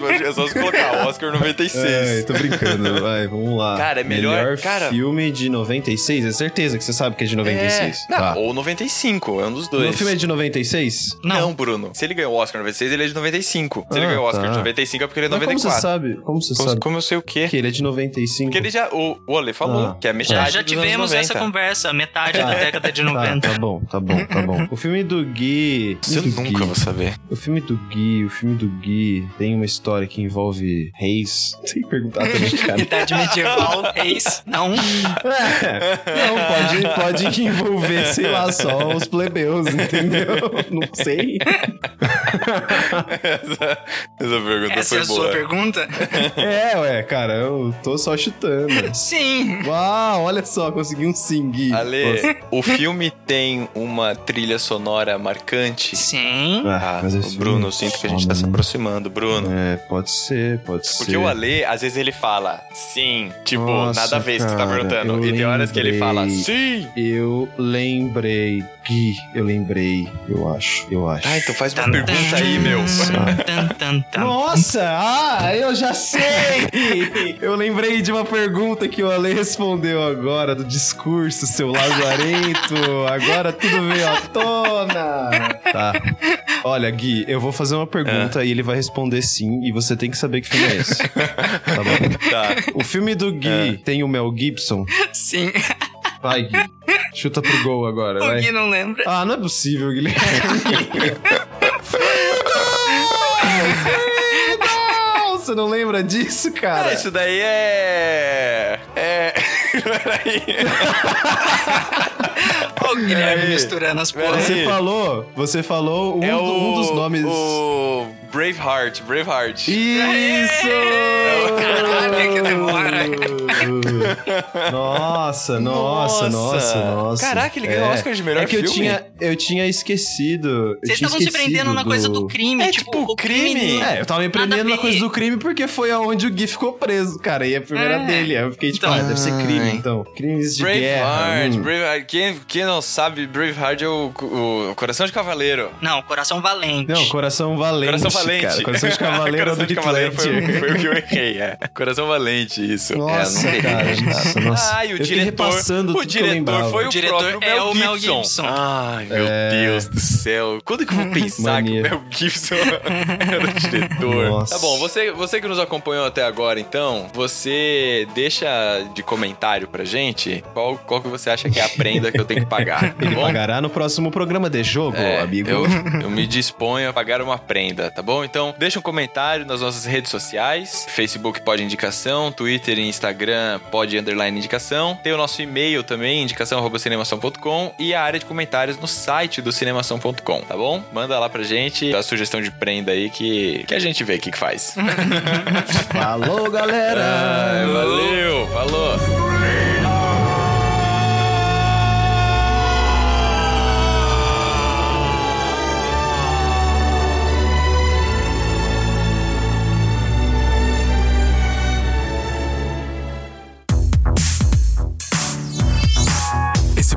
Speaker 1: 90.
Speaker 3: Não, é só se colocar Oscar 96.
Speaker 1: Ai, tô brincando, vai, vamos lá.
Speaker 3: Cara, é melhor- cara-
Speaker 1: filme de 96? É certeza que você sabe que é de 96.
Speaker 3: É. Não,
Speaker 1: Tá.
Speaker 3: Ou 95, é um dos dois.
Speaker 1: Meu filme é de 96?
Speaker 3: Não.
Speaker 2: Não,
Speaker 3: Bruno. Se ele ganhou o Oscar 96, ele é de 95. Se ele
Speaker 1: Ah,
Speaker 3: ganhou o Oscar
Speaker 1: tá.
Speaker 3: de 95, é porque ele é
Speaker 1: Mas como
Speaker 3: 94.
Speaker 1: você sabe? Como você
Speaker 3: Como,
Speaker 1: sabe?
Speaker 3: como eu sei o quê?
Speaker 1: Que ele é de 95.
Speaker 3: Porque ele já. O, o Ale falou
Speaker 1: Ah,
Speaker 3: que é a
Speaker 2: já,
Speaker 3: metade.
Speaker 2: já
Speaker 3: dos anos
Speaker 2: tivemos
Speaker 3: 90.
Speaker 2: essa conversa, metade
Speaker 1: Tá.
Speaker 2: da década de
Speaker 1: Tá,
Speaker 2: 90.
Speaker 1: tá bom, tá bom, tá bom. O filme do Gui.
Speaker 3: Você
Speaker 1: do Gui.
Speaker 3: nunca vai saber. *laughs*
Speaker 1: O filme do Gui, o filme do Gui tem uma história que envolve reis. *laughs* Tem que perguntar também, cara.
Speaker 2: Idade *laughs* medieval, reis. Não,
Speaker 1: É, *laughs* não, pode, pode envolver, sei lá, só os plebeus, entendeu? *laughs* Não sei.
Speaker 3: essa, essa pergunta
Speaker 2: essa
Speaker 3: foi
Speaker 2: é a
Speaker 3: boa.
Speaker 2: sua
Speaker 3: *laughs*
Speaker 2: pergunta?
Speaker 1: É, ué, cara, eu tô só chutando.
Speaker 2: Sim.
Speaker 1: Uau, olha só, consegui um sim, Gui.
Speaker 3: Ale,
Speaker 1: Nossa.
Speaker 3: o filme tem uma trilha sonora marcante.
Speaker 2: Sim.
Speaker 1: Ah, mas esse
Speaker 3: o Bruno,
Speaker 1: filme
Speaker 3: eu sinto que a
Speaker 1: foda,
Speaker 3: gente tá se
Speaker 1: né?
Speaker 3: aproximando, Bruno.
Speaker 1: É, pode ser, pode ser.
Speaker 3: Porque o Ale, às vezes ele fala sim, tipo,
Speaker 1: Nossa,
Speaker 3: nada a ver isso que você tá
Speaker 1: cara,
Speaker 3: perguntando. E
Speaker 1: eu
Speaker 3: tem horas que ele fala
Speaker 1: lembrei.
Speaker 3: sim.
Speaker 1: Eu lembrei, Gui, eu lembrei, eu acho, eu acho.
Speaker 3: Ah, então faz
Speaker 2: Tá,
Speaker 3: uma pergunta aí, meu.
Speaker 2: Tan, tan, tan.
Speaker 1: Nossa, ah, eu já sei! Eu lembrei de uma pergunta que o Ale respondeu agora, do discurso, seu lazarento. Agora tudo veio à tona. Tá. Olha, Gui, eu vou fazer uma pergunta e ele vai responder sim, e você tem que saber que filme é esse. Tá bom.
Speaker 3: Tá.
Speaker 1: O filme do Gui tem o Mel Gibson.
Speaker 2: Sim.
Speaker 1: Vai, Gui. Chuta pro gol agora,
Speaker 2: O
Speaker 1: vai.
Speaker 2: Gui não lembra.
Speaker 1: Ah, não é possível,
Speaker 2: *laughs*
Speaker 1: Guilherme. Não, Você não lembra disso, cara?
Speaker 3: Ah, isso daí é. É. *laughs* Peraí.
Speaker 2: Olha o Guilherme
Speaker 3: Aí.
Speaker 2: misturando as
Speaker 3: Pera
Speaker 2: porras.
Speaker 3: aí.
Speaker 1: Você falou, você falou um,
Speaker 3: é
Speaker 1: do-
Speaker 3: o.
Speaker 1: um dos nomes.
Speaker 3: O. Braveheart, Braveheart.
Speaker 1: Isso!
Speaker 3: É!
Speaker 2: Caralho, que
Speaker 1: Nossa, nossa, nossa, nossa.
Speaker 3: Caraca, ele ganhou o
Speaker 1: É.
Speaker 3: Oscar de melhor
Speaker 1: É que eu
Speaker 3: filme.
Speaker 1: tinha, eu tinha esquecido.
Speaker 2: Vocês estavam se prendendo na coisa do crime.
Speaker 3: É
Speaker 2: tipo,
Speaker 3: tipo
Speaker 2: o crime.
Speaker 3: crime.
Speaker 1: É, eu tava me prendendo
Speaker 2: Nada a
Speaker 1: na
Speaker 2: ver.
Speaker 1: coisa do crime porque foi aonde o Gui ficou preso, cara. E a primeira
Speaker 2: É.
Speaker 1: dele. Aí eu fiquei tipo,
Speaker 2: Então.
Speaker 1: ah, deve ser crime, então. Crimes de guerra.
Speaker 3: Braveheart,
Speaker 1: hum.
Speaker 3: Braveheart. Quem, quem não sabe, Braveheart é o, o- o coração de cavaleiro.
Speaker 2: Não, coração valente.
Speaker 1: Não, Coração Valente.
Speaker 3: Coração Valente.
Speaker 1: um Cara. Coração de
Speaker 3: *laughs*
Speaker 1: Cavaleiro é
Speaker 3: Coração
Speaker 1: do
Speaker 3: de
Speaker 1: Heath
Speaker 3: Cavaleiro foi,
Speaker 1: Ledger.
Speaker 3: foi o que eu errei, é. Coração Valente, isso.
Speaker 1: Nossa,
Speaker 3: é, não
Speaker 1: cara, nossa, nossa.
Speaker 3: Ai, o
Speaker 1: Eu fiquei
Speaker 3: diretor.
Speaker 1: repassando
Speaker 3: o
Speaker 1: tudo que eu
Speaker 3: diretor
Speaker 1: lembrava. É.
Speaker 3: foi o,
Speaker 2: O diretor
Speaker 3: próprio
Speaker 2: é
Speaker 3: Mel
Speaker 2: o Mel
Speaker 3: Gibson.
Speaker 2: Gibson.
Speaker 3: Ai, meu Deus do céu. Quando que
Speaker 1: *laughs*
Speaker 3: eu vou pensar
Speaker 1: Mania.
Speaker 3: que o Mel Gibson *laughs* era o diretor?
Speaker 1: Nossa.
Speaker 3: Tá bom, você, você que nos acompanhou até agora, então, você deixa de comentário pra gente qual, qual que você acha que é a prenda que eu tenho que pagar,
Speaker 1: *laughs*
Speaker 3: tá
Speaker 1: Ele
Speaker 3: bom?
Speaker 1: pagará no próximo programa de jogo,
Speaker 3: É,
Speaker 1: amigo. *laughs*
Speaker 3: Eu, eu me disponho a pagar uma prenda, tá bom? Então, deixa um comentário nas nossas redes sociais: Facebook pode indicação, Twitter e Instagram pode underline indicação. Tem o nosso e-mail também, indicação.cinemação.com e a área de comentários no site do cinemação.com, tá bom? Manda lá pra gente a sugestão de prenda aí que, que a gente vê o que, que faz.
Speaker 1: Falou,
Speaker 3: *laughs*
Speaker 1: galera!
Speaker 3: Ah, valeu, falou!
Speaker 5: Esse